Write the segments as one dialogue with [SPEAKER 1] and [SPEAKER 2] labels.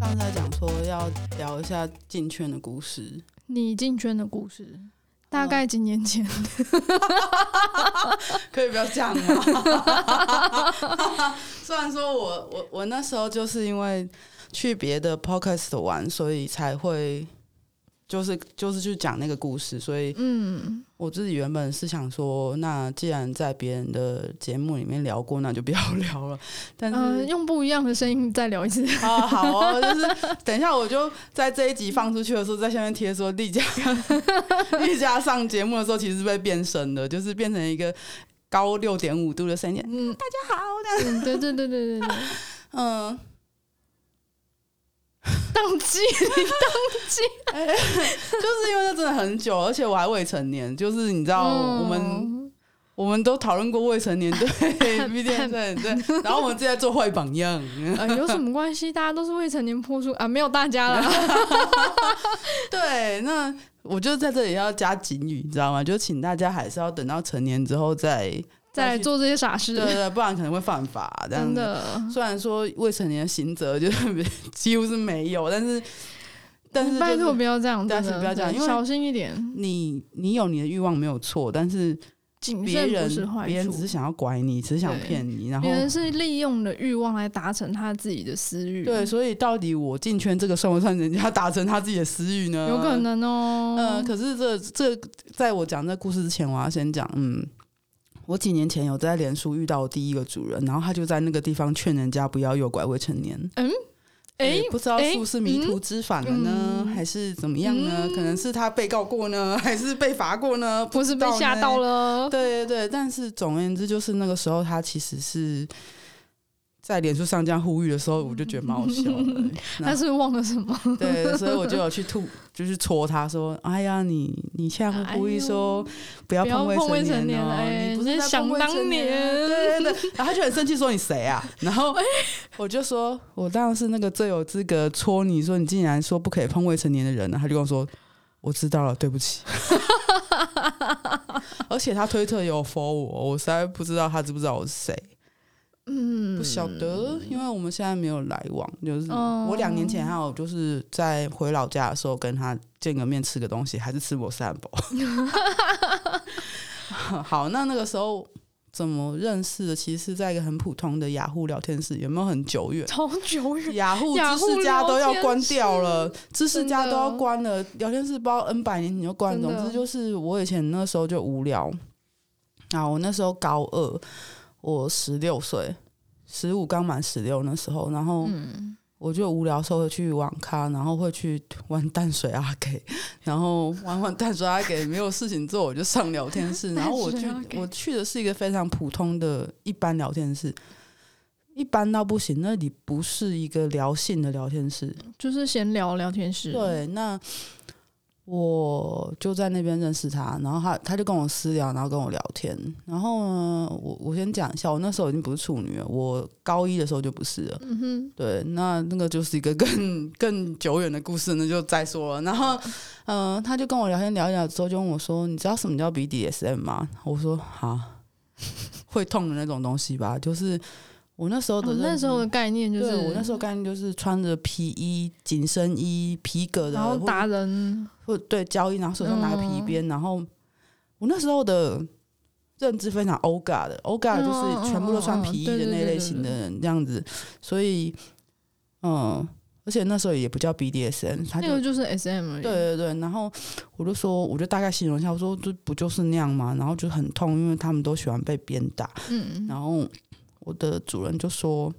[SPEAKER 1] 刚才讲说要聊一下进圈的故事，
[SPEAKER 2] 你进圈的故事，大概几年前，
[SPEAKER 1] 可以不要这样吗？ 虽然说我我我那时候就是因为去别的 podcast 玩，所以才会就是就是去讲那个故事，所以
[SPEAKER 2] 嗯，
[SPEAKER 1] 我自己原本是想说，那既然在别人的节目里面聊过，那就不要 聊了。但是、
[SPEAKER 2] 呃，用不一样的声音再聊一次。
[SPEAKER 1] 啊，好哦，就是等一下，我就在这一集放出去的时候，在下面贴说丽 佳，丽佳上节目的时候其实是被变身的，就是变成一个高六点五度的声音。
[SPEAKER 2] 嗯， 大家好，嗯，对对对对 对对，
[SPEAKER 1] 嗯，
[SPEAKER 2] 宕机，
[SPEAKER 1] 就是因为那真的很久，而且我还未成年，就是你知道，我们
[SPEAKER 2] 嗯
[SPEAKER 1] 我们都讨论过未成年对 B
[SPEAKER 2] 看
[SPEAKER 1] 店对对，然后我们自己在做坏榜样。
[SPEAKER 2] 呃有什么关系？大家都是未成年破处啊，没有大家 啦。
[SPEAKER 1] 对，那我就在这里要加警语，你知道吗？就请大家还是要等到成年之后再。
[SPEAKER 2] 再来做这些傻事
[SPEAKER 1] 对，对，不然可能会犯法。这样
[SPEAKER 2] 真
[SPEAKER 1] 子，
[SPEAKER 2] 的。
[SPEAKER 1] 虽然说未成年的刑责就是 几乎是没有，但是但是、就是、
[SPEAKER 2] 拜托不要这样，
[SPEAKER 1] 但
[SPEAKER 2] 真
[SPEAKER 1] 是
[SPEAKER 2] 的
[SPEAKER 1] 不要这样
[SPEAKER 2] 对
[SPEAKER 1] 因为
[SPEAKER 2] 小心一点，
[SPEAKER 1] 你你有你的欲望没有错，但是
[SPEAKER 2] 谨
[SPEAKER 1] 别
[SPEAKER 2] 慎不是
[SPEAKER 1] 人
[SPEAKER 2] 坏
[SPEAKER 1] 别人只
[SPEAKER 2] 处
[SPEAKER 1] 是。想要拐你，只是想
[SPEAKER 2] 对
[SPEAKER 1] 骗你，然后
[SPEAKER 2] 别人是利用了欲望来达成他自己的私欲，
[SPEAKER 1] 对，所以到底我进圈这个算不算人家达成他自己的私欲呢？
[SPEAKER 2] 有可。能哦。
[SPEAKER 1] 呃，可是这这，在我讲这故事之前，我要先讲，嗯，我几年前有在脸书遇到我第一个主人，然后他就在那个地方劝人家不要诱拐未成年。
[SPEAKER 2] 哎
[SPEAKER 1] 诶，不知道
[SPEAKER 2] 诶嗯
[SPEAKER 1] 是不是迷途知返了呢，还是怎么样呢？可能是他被告过呢， 还是被罚过呢？
[SPEAKER 2] 不是被
[SPEAKER 1] 知道
[SPEAKER 2] 吓
[SPEAKER 1] 呢
[SPEAKER 2] 到。了，
[SPEAKER 1] 对对对，但是总而言之，就是那个时候他其实是在脸书上这样呼吁的时候，我就觉得蛮好笑 的。哎
[SPEAKER 2] 他是忘了什么？
[SPEAKER 1] 对，所以我就有去吐，就是戳他说：“哎呀，你你现在会故意说不要
[SPEAKER 2] 哎不要
[SPEAKER 1] 碰未
[SPEAKER 2] 碰未
[SPEAKER 1] 成
[SPEAKER 2] 成
[SPEAKER 1] 年
[SPEAKER 2] 年
[SPEAKER 1] 哦，
[SPEAKER 2] 哎
[SPEAKER 1] 你不
[SPEAKER 2] 你
[SPEAKER 1] 是在
[SPEAKER 2] 想
[SPEAKER 1] 碰未
[SPEAKER 2] 当
[SPEAKER 1] 成年
[SPEAKER 2] 年
[SPEAKER 1] 对对 对。”然后他就很生气说：“你谁啊？”然后我就说：“我当然是那个最有资格戳你说你竟然说不可以碰未成年的人呢、他就跟我说：“我知道了，对不起。” 而且他推特有 follow 我，我实在不知道他知不知道我是谁。
[SPEAKER 2] 嗯，
[SPEAKER 1] 不 晓得，因为我们现在没有来往。就是、
[SPEAKER 2] 哦
[SPEAKER 1] 我两年前还有就是在回老家的时候跟他见个面吃个东西，还是吃摩斯汉堡。好，那那个时候怎么认识的？其实是在一个很普通的雅虎聊天室，有没有很久远？
[SPEAKER 2] 超久 远，
[SPEAKER 1] 雅虎知
[SPEAKER 2] 雅虎
[SPEAKER 1] 识家都要
[SPEAKER 2] 聊天
[SPEAKER 1] 关掉了，知识家
[SPEAKER 2] 真
[SPEAKER 1] 都
[SPEAKER 2] 的
[SPEAKER 1] 要关了，聊天室不知道 N 百年前就关了。
[SPEAKER 2] 真的
[SPEAKER 1] 总之就是我以前那时候就无聊，啊，我那时候高二，我十六岁，十五刚满十六那时候，然后
[SPEAKER 2] 嗯，
[SPEAKER 1] 我就无聊的时候会去网咖，然后会去玩淡水阿 给，然后玩玩淡水阿给，没有事情做我就上聊天室，然后我
[SPEAKER 2] 淡
[SPEAKER 1] 去
[SPEAKER 2] 水阿给
[SPEAKER 1] 我去的是一个非常普通的一般聊天室，一般到不行，那里不是一个聊性的聊天室，
[SPEAKER 2] 就是闲聊聊天室，，哦
[SPEAKER 1] 对，那我就在那边认识他，然后他他就跟我私聊，然后跟我聊天。然后呢，我我先讲一下，我那时候已经不是处女了，我高一的时候就不是了。
[SPEAKER 2] 嗯哼，
[SPEAKER 1] 对，那那个就是一个更 更久远的故事，那就再说了。然后，嗯、他就跟我聊天聊一聊之后，就问我说：“你知道什么叫 BDSM 吗？”我说：“哈， 会痛的那种东西吧，就是我那时候的
[SPEAKER 2] 哦
[SPEAKER 1] 认知、
[SPEAKER 2] 那时候的概念就是
[SPEAKER 1] 嗯对我那时候概念就是穿着皮衣、紧身衣、皮革的，
[SPEAKER 2] 然后嗯
[SPEAKER 1] 或
[SPEAKER 2] 达人，
[SPEAKER 1] 或对交易，然后手上拿个皮鞭，然后我那时候的认知非常欧嘎的，欧嘎就
[SPEAKER 2] 嗯
[SPEAKER 1] 是全部都穿皮衣
[SPEAKER 2] 嗯嗯嗯
[SPEAKER 1] 的
[SPEAKER 2] 对
[SPEAKER 1] 那
[SPEAKER 2] 对对
[SPEAKER 1] 类型的人这样子，所以嗯，而且那时候也不叫 BDSN，他
[SPEAKER 2] 那
[SPEAKER 1] 就。
[SPEAKER 2] 个就是 S M 而已，
[SPEAKER 1] 对，对对，然后我就说，我就大概形容一下，我说这不就是那样嘛，然后就很痛，因为他们都喜欢被鞭打，
[SPEAKER 2] 嗯，
[SPEAKER 1] 然后我的主人就说：“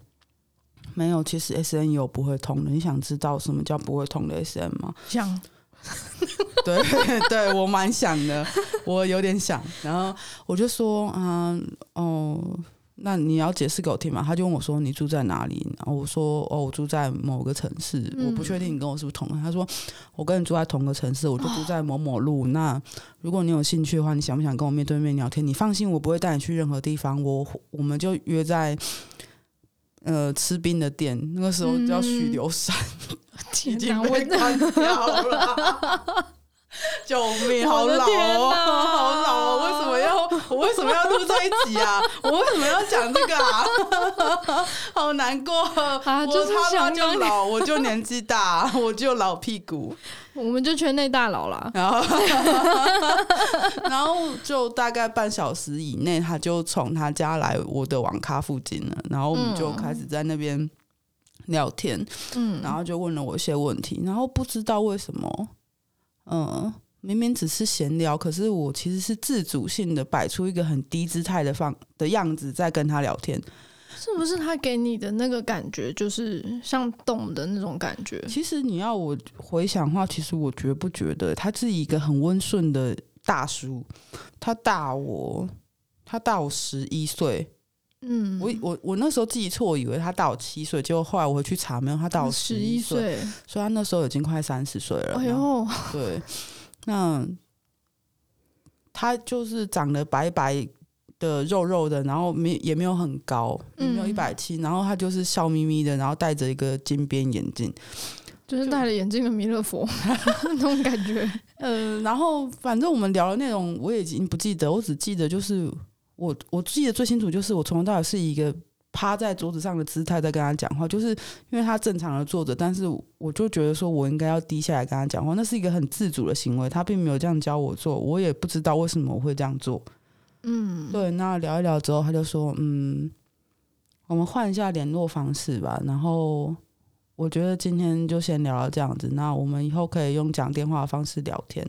[SPEAKER 1] 没有，其实 S N 有不会痛的。你想知道什么叫不会痛的 S N 吗
[SPEAKER 2] 像？”
[SPEAKER 1] 对， 对我蛮想的，我有点想。然后我就说：“啊、哦，那你要解释给我听嘛？”他就问我说：“你住在哪里？”然后我说：“哦，我住在某个城市，我不确定你跟我是不是同。”他说：“我跟你住在同个城市，我就住在某某路。那如果你有兴趣的话，你想不想跟我面对面聊天？你放心，我不会带你去任何地方，我我们就约在。”呃，吃冰的店，那个时候叫许
[SPEAKER 2] 嗯
[SPEAKER 1] 留山，已
[SPEAKER 2] 天
[SPEAKER 1] 经
[SPEAKER 2] 哪，我
[SPEAKER 1] 被关掉 了。救命！好
[SPEAKER 2] 我的
[SPEAKER 1] 老
[SPEAKER 2] 天
[SPEAKER 1] 哦，
[SPEAKER 2] 哪
[SPEAKER 1] 好老哦！为什么要我为什么要录这一集 啊？我为什么要讲这个啊？ 好难过
[SPEAKER 2] 啊就
[SPEAKER 1] 我
[SPEAKER 2] 是
[SPEAKER 1] 他妈
[SPEAKER 2] 想
[SPEAKER 1] 就
[SPEAKER 2] 当 年
[SPEAKER 1] 老，我就年纪大，我就老屁 股。
[SPEAKER 2] 我们就圈内大佬 啦。
[SPEAKER 1] 然后，然后就大概半小时以内，他就从他家来我的网咖附近了，然后我们就开始在那边聊天，
[SPEAKER 2] 嗯，
[SPEAKER 1] 然后就问了我一些问题，然后不知道为什么，嗯。明明只是闲聊，可是我其实是自主性的摆出一个很低姿态的放的样子在跟他聊天。
[SPEAKER 2] 是不是他给你的那个感觉就是像动的那种感觉？
[SPEAKER 1] 其实你要我回想的话，其实我觉不觉得他是一个很温顺的大叔，他大我，他大我十一岁。
[SPEAKER 2] 嗯，
[SPEAKER 1] 我我我那时候记错，我以为他大我七岁，结果后来我回去查，没有，他大我
[SPEAKER 2] 十
[SPEAKER 1] 十
[SPEAKER 2] 一
[SPEAKER 1] 一岁，
[SPEAKER 2] 岁，
[SPEAKER 1] 所以他那时候已经快三十岁了。
[SPEAKER 2] 哎
[SPEAKER 1] 然后
[SPEAKER 2] 呦，
[SPEAKER 1] 对，那他就是长得白白的、肉肉的，然后没也没有很高，也没有
[SPEAKER 2] 嗯
[SPEAKER 1] 一百七，然后他就是笑眯眯的，然后戴着一个金边眼镜。
[SPEAKER 2] 就是戴了眼镜的弥勒佛 那种感 觉。
[SPEAKER 1] 嗯，然后反正我们聊的内容我也已经不记得，我只记得就是我我记得最清楚就是我从头到尾是一个趴在桌子上的姿态在跟他讲话，就是因为他正常的坐着，但是我就觉得说我应该要低下来跟他讲话，那是一个很自主的行为，他并没有这样教我做，我也不知道为什么我会这样做。
[SPEAKER 2] 嗯，
[SPEAKER 1] 对，那聊一聊之后，他就说，嗯，我们换一下联络方式吧，然后。我觉得今天就先聊到这样子，那我们以后可以用讲电话的方式聊天，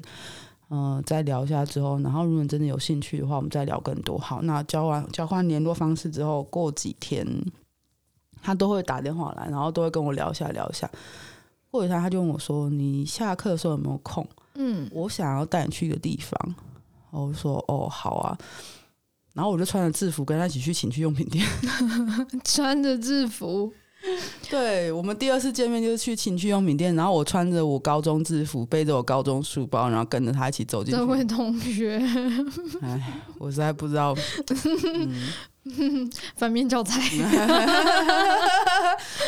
[SPEAKER 1] 嗯、再聊一下之后，然后如果你真的有兴趣的话，我们再聊更多。好，那交完交换联络方式之后，过几天他都会打电话来，然后都会跟我聊一下聊一下。过几天他就问我说：“你下课的时候有没有空？
[SPEAKER 2] 嗯，
[SPEAKER 1] 我想要带你去一个地方。”然后我就说：“哦，好啊。”然后我就穿着制服跟他一起去情趣用品店。嗯
[SPEAKER 2] 穿着制服，
[SPEAKER 1] 对我们第二次见面就是去情趣用品店，然后我穿着我高中制服，背着我高中书包，然后跟着他一起走进
[SPEAKER 2] 这
[SPEAKER 1] 去。
[SPEAKER 2] 位同学
[SPEAKER 1] 哎，我实在不知道。 嗯
[SPEAKER 2] 反面教材，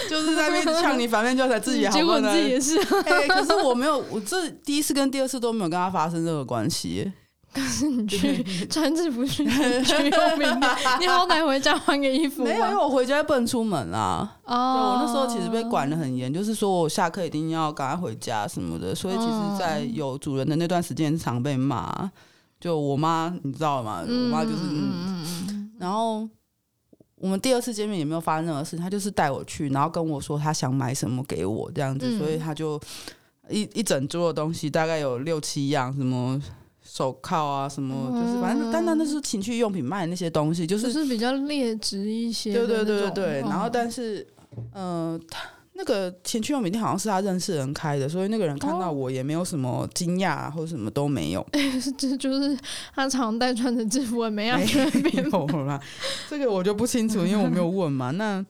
[SPEAKER 1] 就是在那边呛你反面教材自己好
[SPEAKER 2] 结
[SPEAKER 1] 不
[SPEAKER 2] 果
[SPEAKER 1] 好
[SPEAKER 2] 你
[SPEAKER 1] 呢？
[SPEAKER 2] 自己也是，
[SPEAKER 1] 哎、可是我没有，我这第一次跟第二次都没有跟他发生这个关 系。
[SPEAKER 2] 可是你去 穿制服去去用品店，你好歹回家换个衣服 吧。
[SPEAKER 1] 没有，因为我回家不能出门啦。对，
[SPEAKER 2] 哦，
[SPEAKER 1] 我那时候其实被管得很严，就是说我下课一定要赶快回家什么的，所以其实，在有主人的那段时间常被骂。就我妈，你知道吗？我
[SPEAKER 2] 嗯，
[SPEAKER 1] 妈就是，嗯
[SPEAKER 2] 嗯嗯嗯
[SPEAKER 1] 然后我们第二次见面也没有发生任何事，他就是带我去，然后跟我说他想买什么给我这样子，
[SPEAKER 2] 嗯
[SPEAKER 1] 所以他就一一整桌的东西，大概有六七样，什么手铐啊，什么就是反正单单都是情趣用品卖的那些东西，就
[SPEAKER 2] 嗯就是是比较劣质一些
[SPEAKER 1] 对
[SPEAKER 2] 的那种。
[SPEAKER 1] 对对对对，
[SPEAKER 2] 嗯
[SPEAKER 1] 然后但是呃，他那个情趣用品店好像是他认识的人开的，所以那个人看
[SPEAKER 2] 哦
[SPEAKER 1] 到我也没有什么惊讶、啊、或者什么都没
[SPEAKER 2] 哎
[SPEAKER 1] 有。
[SPEAKER 2] 这就是他常戴穿着制服的美亚去那边
[SPEAKER 1] 有啦，这个我就不清楚，因为我没有问嘛。那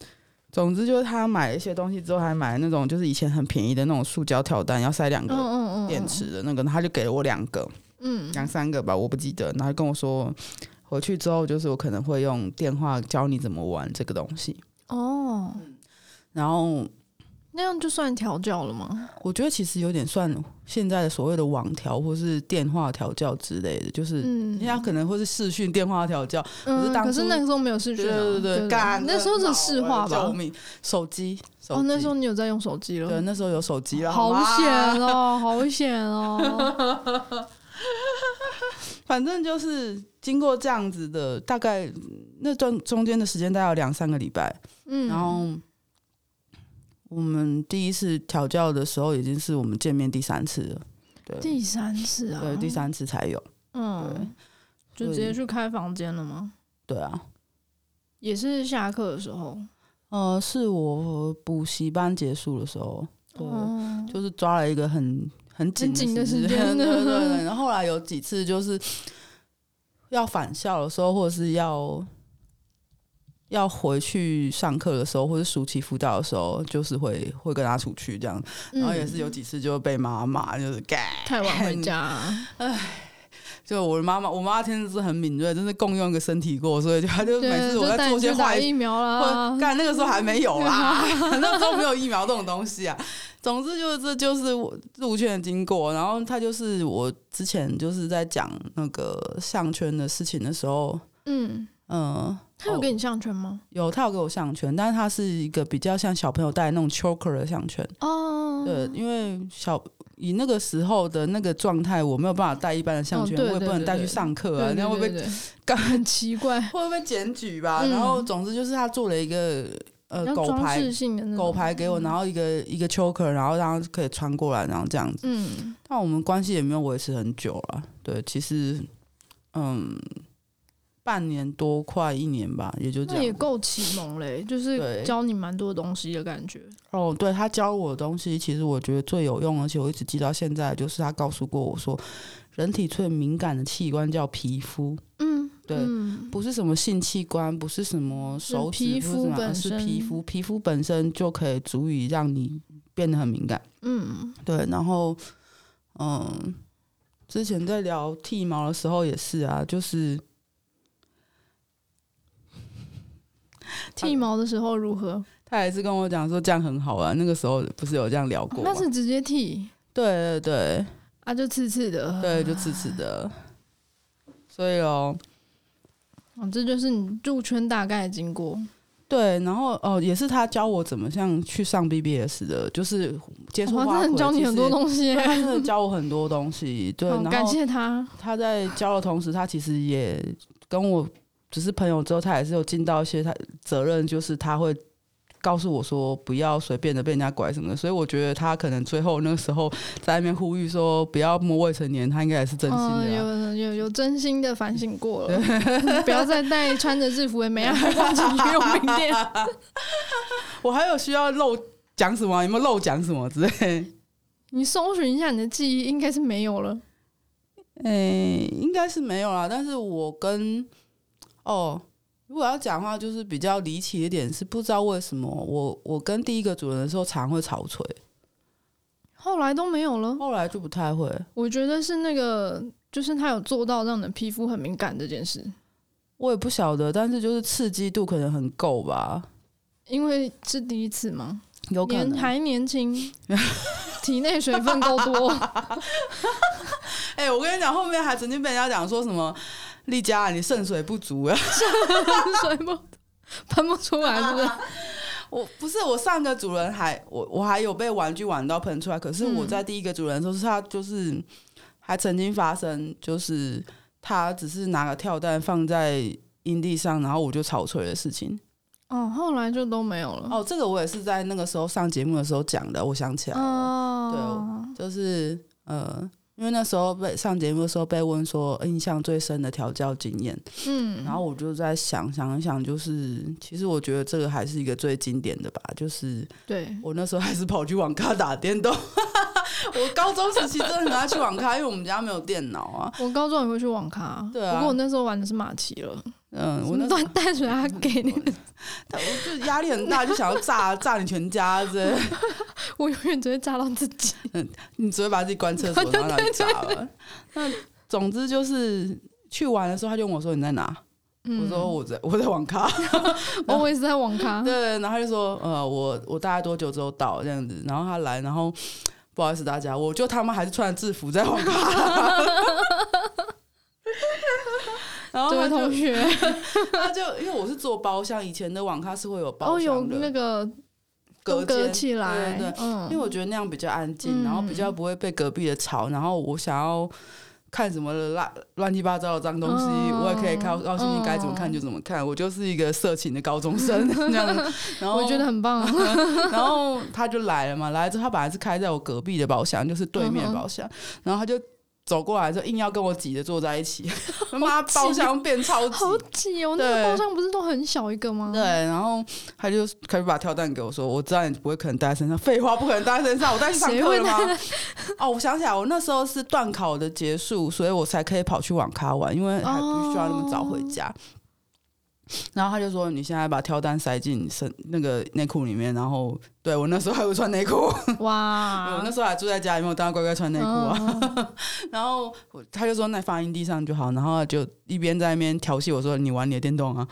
[SPEAKER 1] 总之就是他买一些东西之后，还买那种就是以前很便宜的那种塑胶跳蛋，要塞两
[SPEAKER 2] 嗯
[SPEAKER 1] 个
[SPEAKER 2] 嗯嗯，
[SPEAKER 1] 电池的那个，他就给了我两个、
[SPEAKER 2] 嗯，
[SPEAKER 1] 两三个吧，我不记得。然后跟我说，回去之后就是我可能会用电话教你怎么玩这个东西。
[SPEAKER 2] 哦，
[SPEAKER 1] 然后
[SPEAKER 2] 那样就算调教了吗？
[SPEAKER 1] 我觉得其实有点算现在的所谓的网调或是电话调教之类的，就是
[SPEAKER 2] 嗯，
[SPEAKER 1] 人家可能会是视讯电话调教，
[SPEAKER 2] 嗯
[SPEAKER 1] 可是当初
[SPEAKER 2] 可是那个时候没有视讯、
[SPEAKER 1] 对
[SPEAKER 2] 啊，
[SPEAKER 1] 对对，干
[SPEAKER 2] 那时候
[SPEAKER 1] 真
[SPEAKER 2] 是
[SPEAKER 1] 的
[SPEAKER 2] 市
[SPEAKER 1] 老
[SPEAKER 2] 话
[SPEAKER 1] 了
[SPEAKER 2] 吧
[SPEAKER 1] 救？命！手机，手
[SPEAKER 2] 哦，那
[SPEAKER 1] 机
[SPEAKER 2] 时候你有在用手机
[SPEAKER 1] 对，
[SPEAKER 2] 了，
[SPEAKER 1] 那时啊候有手机了，
[SPEAKER 2] 好
[SPEAKER 1] 吗
[SPEAKER 2] 险哦，好 险哦，
[SPEAKER 1] 反正就是经过这样子的，大概那段中间的时间大概有两三个礼拜，
[SPEAKER 2] 嗯，
[SPEAKER 1] 然后我们第一次调教的时候，已经是我们见面第三次了，对，
[SPEAKER 2] 第三次啊，
[SPEAKER 1] 对，第，三次才有，
[SPEAKER 2] 嗯，就直接去开房间了吗？
[SPEAKER 1] 对啊，
[SPEAKER 2] 也是下课的时候，
[SPEAKER 1] 呃，是我补习班结束的时候，对，
[SPEAKER 2] 哦，
[SPEAKER 1] 就是抓了一个很很紧
[SPEAKER 2] 很紧的
[SPEAKER 1] 时
[SPEAKER 2] 时
[SPEAKER 1] 间，
[SPEAKER 2] 间
[SPEAKER 1] 对 对对。然后后来有几次就是要返校的时候，或者是要要回去上课的时候，或是暑期辅导的时候，就是会会跟他出去这样。
[SPEAKER 2] 嗯
[SPEAKER 1] 然后也是有几次就被妈妈骂，就是干
[SPEAKER 2] 太晚回。家、
[SPEAKER 1] 就我妈妈，我妈天资很敏锐，真是共用一个身体过，所以就她就每
[SPEAKER 2] 对，啊
[SPEAKER 1] 次我
[SPEAKER 2] 就
[SPEAKER 1] 在
[SPEAKER 2] 带
[SPEAKER 1] 做
[SPEAKER 2] 你
[SPEAKER 1] 一些
[SPEAKER 2] 去打
[SPEAKER 1] 坏
[SPEAKER 2] 疫苗啦
[SPEAKER 1] 或，干那个时候还没有啦， 那时候没有疫苗这种东西啊。总之就是这就是我入圈的经过，然后他就是我之前就是在讲那个项圈的事情的时候，
[SPEAKER 2] 嗯，
[SPEAKER 1] 嗯，
[SPEAKER 2] 他有
[SPEAKER 1] 哦
[SPEAKER 2] 给你项圈吗？
[SPEAKER 1] 有他有给我项圈，但是它是一个比较像小朋友戴那种 choker 的项圈，
[SPEAKER 2] 哦，
[SPEAKER 1] 对，因为小。以那个时候的那个状态，我没有办法带一般的项圈，
[SPEAKER 2] 哦对
[SPEAKER 1] 我也
[SPEAKER 2] 对
[SPEAKER 1] 不能带
[SPEAKER 2] 对
[SPEAKER 1] 去
[SPEAKER 2] 对
[SPEAKER 1] 上课啊
[SPEAKER 2] 对，，
[SPEAKER 1] 那样会不会
[SPEAKER 2] 对对
[SPEAKER 1] 干
[SPEAKER 2] 对 很奇怪？
[SPEAKER 1] 会不会检举吧？然后总之就是他做了一个呃
[SPEAKER 2] 要
[SPEAKER 1] 狗
[SPEAKER 2] 装
[SPEAKER 1] 牌
[SPEAKER 2] 饰性的那
[SPEAKER 1] 狗
[SPEAKER 2] 种
[SPEAKER 1] 牌给我，然后一个一个 choker，然后让他可以穿过来，然后这样子。
[SPEAKER 2] 嗯，
[SPEAKER 1] 但我们关系也没有维持很久了，对，其实嗯，半年多快一年吧，也就这
[SPEAKER 2] 那也
[SPEAKER 1] 样。
[SPEAKER 2] 够启蒙嘞，就是
[SPEAKER 1] 对
[SPEAKER 2] 教你蛮多东西的感觉。
[SPEAKER 1] 哦，对他教我的东西，其实我觉得最有用，而且我一直记到现在，就是他告诉过我说，人体最敏感的器官叫皮肤。
[SPEAKER 2] 嗯，
[SPEAKER 1] 对
[SPEAKER 2] 嗯
[SPEAKER 1] 不是什么性器官，不是什么手指，
[SPEAKER 2] 皮
[SPEAKER 1] 不是
[SPEAKER 2] 肤
[SPEAKER 1] 什么
[SPEAKER 2] 本
[SPEAKER 1] 是
[SPEAKER 2] 身
[SPEAKER 1] 皮肤，皮肤本身就可以足以让你变得很敏感。
[SPEAKER 2] 嗯，
[SPEAKER 1] 对，然后嗯，之前在聊剃毛的时候也是啊，就是
[SPEAKER 2] 剃毛的时候如何？
[SPEAKER 1] 他也是跟我讲说这样很好啊，那个时候不是有这样聊过吗？
[SPEAKER 2] 哦那是直接剃
[SPEAKER 1] 对对对
[SPEAKER 2] 啊，就刺刺的。
[SPEAKER 1] 对，就刺刺的。所以哦，
[SPEAKER 2] 哦，这就是你入圈大概的经过。
[SPEAKER 1] 对，然后哦，也是他教我怎么像去上 BBS 的，就是接触
[SPEAKER 2] 哇，
[SPEAKER 1] 花
[SPEAKER 2] 真
[SPEAKER 1] 魁，
[SPEAKER 2] 的教你哦很多
[SPEAKER 1] 西，
[SPEAKER 2] 东西
[SPEAKER 1] 对
[SPEAKER 2] 耶，
[SPEAKER 1] 他 真的教我很多东西。对，
[SPEAKER 2] 好
[SPEAKER 1] 然后
[SPEAKER 2] 感谢他。
[SPEAKER 1] 他在教的同时，他其实也跟我只是朋友之后，他也是有尽到一些他责任，就是他会告诉我说不要随便的被人家拐什么的。所以我觉得他可能最后那个时候在那边呼吁说不要摸未成年，他应该也 是真心
[SPEAKER 2] 嗯，
[SPEAKER 1] 的、啊。
[SPEAKER 2] 有有有真心的反省过了，不要再带穿着制服的美亚 逛进去用品店。
[SPEAKER 1] 我还有需要漏讲什么啊？有没有漏讲什么之类？
[SPEAKER 2] 你搜寻一下你的记忆，应该是没有了。
[SPEAKER 1] 诶、应该是没有啦。但是我跟哦，如果要讲的话，就是比较离奇一点，是不知道为什么我我跟第一个主人的时候常会吵锤，
[SPEAKER 2] 后来都没有了。
[SPEAKER 1] 后来就不太会。
[SPEAKER 2] 我觉得是那个，就是他有做到让你的皮肤很敏感这件事，
[SPEAKER 1] 我也不晓得，但是就是刺激度可能很够吧，
[SPEAKER 2] 因为是第一次嘛，
[SPEAKER 1] 有可
[SPEAKER 2] 年
[SPEAKER 1] 能。
[SPEAKER 2] 还年轻，体内水分够 多，
[SPEAKER 1] 哎、我跟你讲，后面还曾经被人家讲说什么丽佳啊，你肾水不足啊。
[SPEAKER 2] 水不 喷不出来，是不是？
[SPEAKER 1] 我不是我上个主人还我我还有被玩具玩到喷出来，可是我在第一个主人的时候，是他就是还曾经发生，就是他只是拿个跳蛋放在阴地上，然后我就草锤的事情。
[SPEAKER 2] 哦，后来就都没有了。
[SPEAKER 1] 哦，这个我也是在那个时候上节目的时候讲的，我想起来了。
[SPEAKER 2] 嗯哦，
[SPEAKER 1] 就是呃，因为那时候被上节目的时候被问说印象最深的调教经验，
[SPEAKER 2] 嗯，
[SPEAKER 1] 然后我就在想想一想，就是其实我觉得这个还是一个最经典的吧，就是
[SPEAKER 2] 对，
[SPEAKER 1] 我那时候还是跑去网咖打电动。 我高中时期真的很爱去网咖，因为我们家没有电脑啊。
[SPEAKER 2] 我高中也会去网咖，
[SPEAKER 1] 对啊
[SPEAKER 2] 不过我那时候玩的是马奇了，
[SPEAKER 1] 嗯，我
[SPEAKER 2] 我
[SPEAKER 1] 那
[SPEAKER 2] 们
[SPEAKER 1] 时候嗯
[SPEAKER 2] 端淡水阿给那个，
[SPEAKER 1] 但我就压力很大，就想要炸炸你全家之类的，
[SPEAKER 2] 我永远只会炸到自己。
[SPEAKER 1] 你只会把自己关厕所，然后让你炸了。那总之就是去玩的时候，他就问我说你在哪？我说我在我在网咖。
[SPEAKER 2] 嗯 always 在网咖，
[SPEAKER 1] 对，然后他就说，呃，我我大概多久之后到这样子，然后他来，然后不好意思大家，我就他妈还是穿着制服在网咖。然后
[SPEAKER 2] 这
[SPEAKER 1] 他
[SPEAKER 2] 位
[SPEAKER 1] 就
[SPEAKER 2] 同学，
[SPEAKER 1] 他就因为我是做包厢，以前的网咖是会有包
[SPEAKER 2] 哦，有
[SPEAKER 1] 厢的、
[SPEAKER 2] 那个
[SPEAKER 1] 隔
[SPEAKER 2] 都隔
[SPEAKER 1] 间
[SPEAKER 2] 起来，
[SPEAKER 1] 对对对
[SPEAKER 2] 嗯，
[SPEAKER 1] 因为我觉得那样比较安静，然后比
[SPEAKER 2] 嗯
[SPEAKER 1] 较不会被隔壁的吵，然后我想要看什么乱乱七八糟的脏东西，
[SPEAKER 2] 嗯
[SPEAKER 1] 我也可以告告诉你该怎么看就怎么看，我就是一个色情的高中生这样，然后
[SPEAKER 2] 我觉得很棒，啊
[SPEAKER 1] 然后他就来了嘛，来了之后他本来是开在我隔壁的包厢，就是对面的包
[SPEAKER 2] 嗯
[SPEAKER 1] 厢，然后他就走过来之后硬要跟我挤着坐在一 起，他妈
[SPEAKER 2] 挤
[SPEAKER 1] 包厢变超挤。
[SPEAKER 2] 好挤哦！那个
[SPEAKER 1] 对
[SPEAKER 2] 包厢不是都很小一个吗？
[SPEAKER 1] 对，，然后他就开始把跳蛋给我说，我知道你不会可能带在身上，废话不可能带在身上，我带去上
[SPEAKER 2] 谁
[SPEAKER 1] 课
[SPEAKER 2] 会
[SPEAKER 1] 了吗？哦，我想起来，我那时候是断考
[SPEAKER 2] 哦
[SPEAKER 1] 的结束，所以我才可以跑去网咖玩，因为还不需要那么早回家。然后他就说：“你现在把挑单塞进身那个内裤里面。”然后对我那时候还会穿内裤， 我
[SPEAKER 2] 哇
[SPEAKER 1] 那，时候还住在家里面，我当然乖乖穿内裤啊。
[SPEAKER 2] 啊嗯
[SPEAKER 1] 然后我他就说：“那放阴地上就好。”然后就一边在那边调戏我说：“你玩你的电动啊。”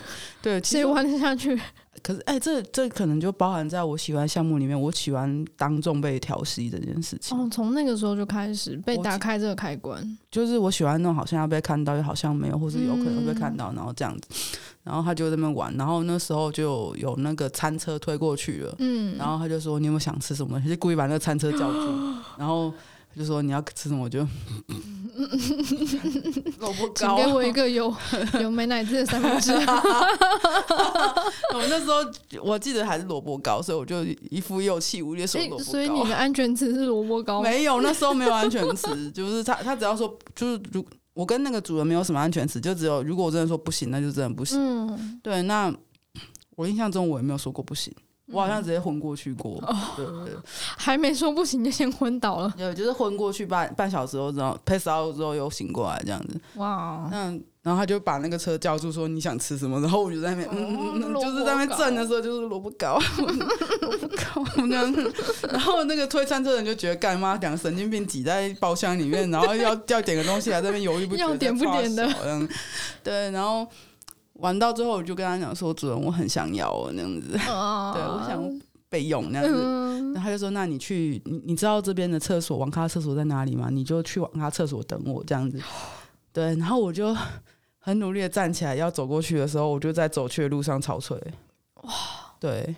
[SPEAKER 1] 对，其
[SPEAKER 2] 谁
[SPEAKER 1] 实
[SPEAKER 2] 玩得下去？
[SPEAKER 1] 可是哎、这这可能就包含在我喜欢项目里面，我喜欢当众被调戏这件事情，
[SPEAKER 2] 哦，从那个时候就开始被
[SPEAKER 1] 我
[SPEAKER 2] 打开这个开关，
[SPEAKER 1] 就是我喜欢那种好像要被看到，又好像没有，或是有可能会被看到，然后这样子，然后他就在那边玩，然后那时候就有那个餐车推过去了，
[SPEAKER 2] 嗯，
[SPEAKER 1] 然后他就说你有没有想吃什么？他就故意把那个餐车叫住， 然后他就说你要吃什么？我就 萝卜
[SPEAKER 2] 请
[SPEAKER 1] 糕
[SPEAKER 2] 给
[SPEAKER 1] 啊，
[SPEAKER 2] 我一个有 有美乃滋的三明 治，
[SPEAKER 1] 我那时候我记得还是萝卜糕，所以我就一副又气无力说
[SPEAKER 2] 所
[SPEAKER 1] 萝
[SPEAKER 2] 以
[SPEAKER 1] 卜糕。
[SPEAKER 2] 所以你的安全词是萝卜糕吗，
[SPEAKER 1] 没有，那时候没有安全词，就是他他只要说就是如我跟那个主人没有什么安全词，就只有如果我真的说不行，那就真的不行。
[SPEAKER 2] 嗯，
[SPEAKER 1] 对，那我印象中我也没有说过不行，我好像直接昏过去过。对对对
[SPEAKER 2] 还没说不行就先昏倒了，
[SPEAKER 1] 对，就是昏过去半半小时后，然后 pass out 之后又醒过来这样子。
[SPEAKER 2] 哇，
[SPEAKER 1] 嗯，然后他就把那个车叫住，说你想吃什么，然后我就在那边，嗯嗯嗯，
[SPEAKER 2] 哦
[SPEAKER 1] 就是在那边震的时候，就是萝卜糕， 萝卜糕那样子。然后那个推餐车的人就觉得干妈两个神经病挤在包厢里面，然后要要点个东西，还在那边犹豫不决，
[SPEAKER 2] 要点不点的
[SPEAKER 1] 在抓小这样。对，然后玩到最后，我就跟他讲说，主人，我很想要哦那样子，
[SPEAKER 2] 啊
[SPEAKER 1] 对我想备用那样子。
[SPEAKER 2] 嗯，
[SPEAKER 1] 然后他就说：“那你去，你你知道这边的厕所网咖厕所在哪里吗？你就去网咖厕所等我这样子。”
[SPEAKER 2] 哦
[SPEAKER 1] 对，然后我就 很努力的站起来要走过去的时候，我就在走去的路上潮吹。哇，对，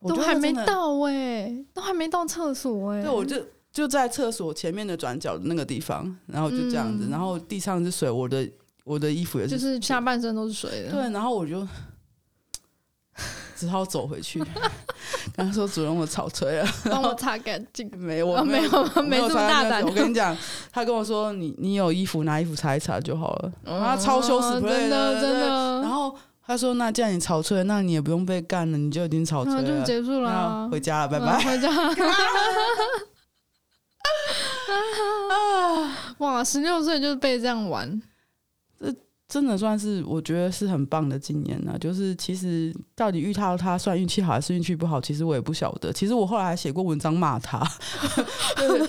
[SPEAKER 1] 我
[SPEAKER 2] 都
[SPEAKER 1] 觉得
[SPEAKER 2] 还没
[SPEAKER 1] 真的。
[SPEAKER 2] 到哎、都还没到厕所哎、
[SPEAKER 1] 对，我就就在厕所前面的转角的那个地方，然后就这样子，
[SPEAKER 2] 嗯
[SPEAKER 1] 然后地上是水，我的我的衣服也
[SPEAKER 2] 就是是下半身都是水的，
[SPEAKER 1] 对，然后我就 只好走回去， 跟他说：“主人，我潮吹了。”。
[SPEAKER 2] 帮我擦干净
[SPEAKER 1] 没，我
[SPEAKER 2] 哦
[SPEAKER 1] 没
[SPEAKER 2] 没有
[SPEAKER 1] 我
[SPEAKER 2] 没这么
[SPEAKER 1] 穿
[SPEAKER 2] 大
[SPEAKER 1] 那
[SPEAKER 2] 胆
[SPEAKER 1] 种我跟你讲，他跟我说你你有衣服拿衣服擦一擦就好了，然后他啊超羞耻
[SPEAKER 2] 嗯
[SPEAKER 1] 不累
[SPEAKER 2] 真的真。的。
[SPEAKER 1] 然后他说那既然你潮吹，那你也不用被干了，你就已经潮吹
[SPEAKER 2] 那嗯就
[SPEAKER 1] 了，
[SPEAKER 2] 结束了
[SPEAKER 1] 那
[SPEAKER 2] 啊，
[SPEAKER 1] 回家了，拜
[SPEAKER 2] 嗯
[SPEAKER 1] 拜。
[SPEAKER 2] 回家。哇，十六岁就被这样玩，
[SPEAKER 1] 真的算是我觉得是很棒的经验呢、就是其实到底遇到他算运气好还是运气不好，其实我也不晓得。其实我后来还写过文章骂他， 对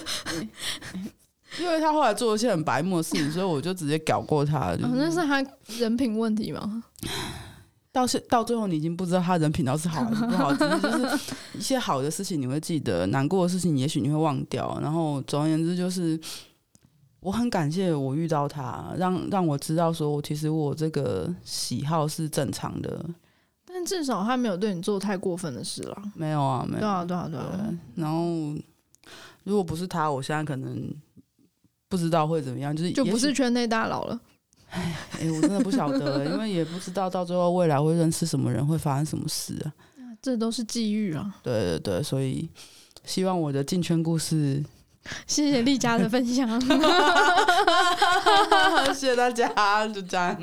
[SPEAKER 1] 因为他后来做了一些很白目的事情，所以我就直接搞过他。就
[SPEAKER 2] 啊
[SPEAKER 1] 是
[SPEAKER 2] 那是他人品问题吗？
[SPEAKER 1] 到是到最后，你已经不知道他人品到底是好还是不好，只是 就是一些好的事情你会记得，难过的事情也许你会忘掉。然后总而言之，就是我很感谢我遇到他，让让我知道说我其实我这个喜好是正常的，
[SPEAKER 2] 但至少他没有对你做太过分的事啦。
[SPEAKER 1] 没有啊，没
[SPEAKER 2] 对
[SPEAKER 1] 有。
[SPEAKER 2] 啊，对啊，对啊。
[SPEAKER 1] 然后如果不是他，我现在可能不知道会怎么样，就是
[SPEAKER 2] 就
[SPEAKER 1] 也
[SPEAKER 2] 不
[SPEAKER 1] 许
[SPEAKER 2] 是圈内大佬了。
[SPEAKER 1] 哎、我真的不晓得，因为也不知道到最后未来会认识什么人，会发生什么事啊。
[SPEAKER 2] 这都是际遇啊！
[SPEAKER 1] 对对对，所以希望我的进圈故事，
[SPEAKER 2] 谢谢丽佳的分享，
[SPEAKER 1] 谢谢大家，就这样。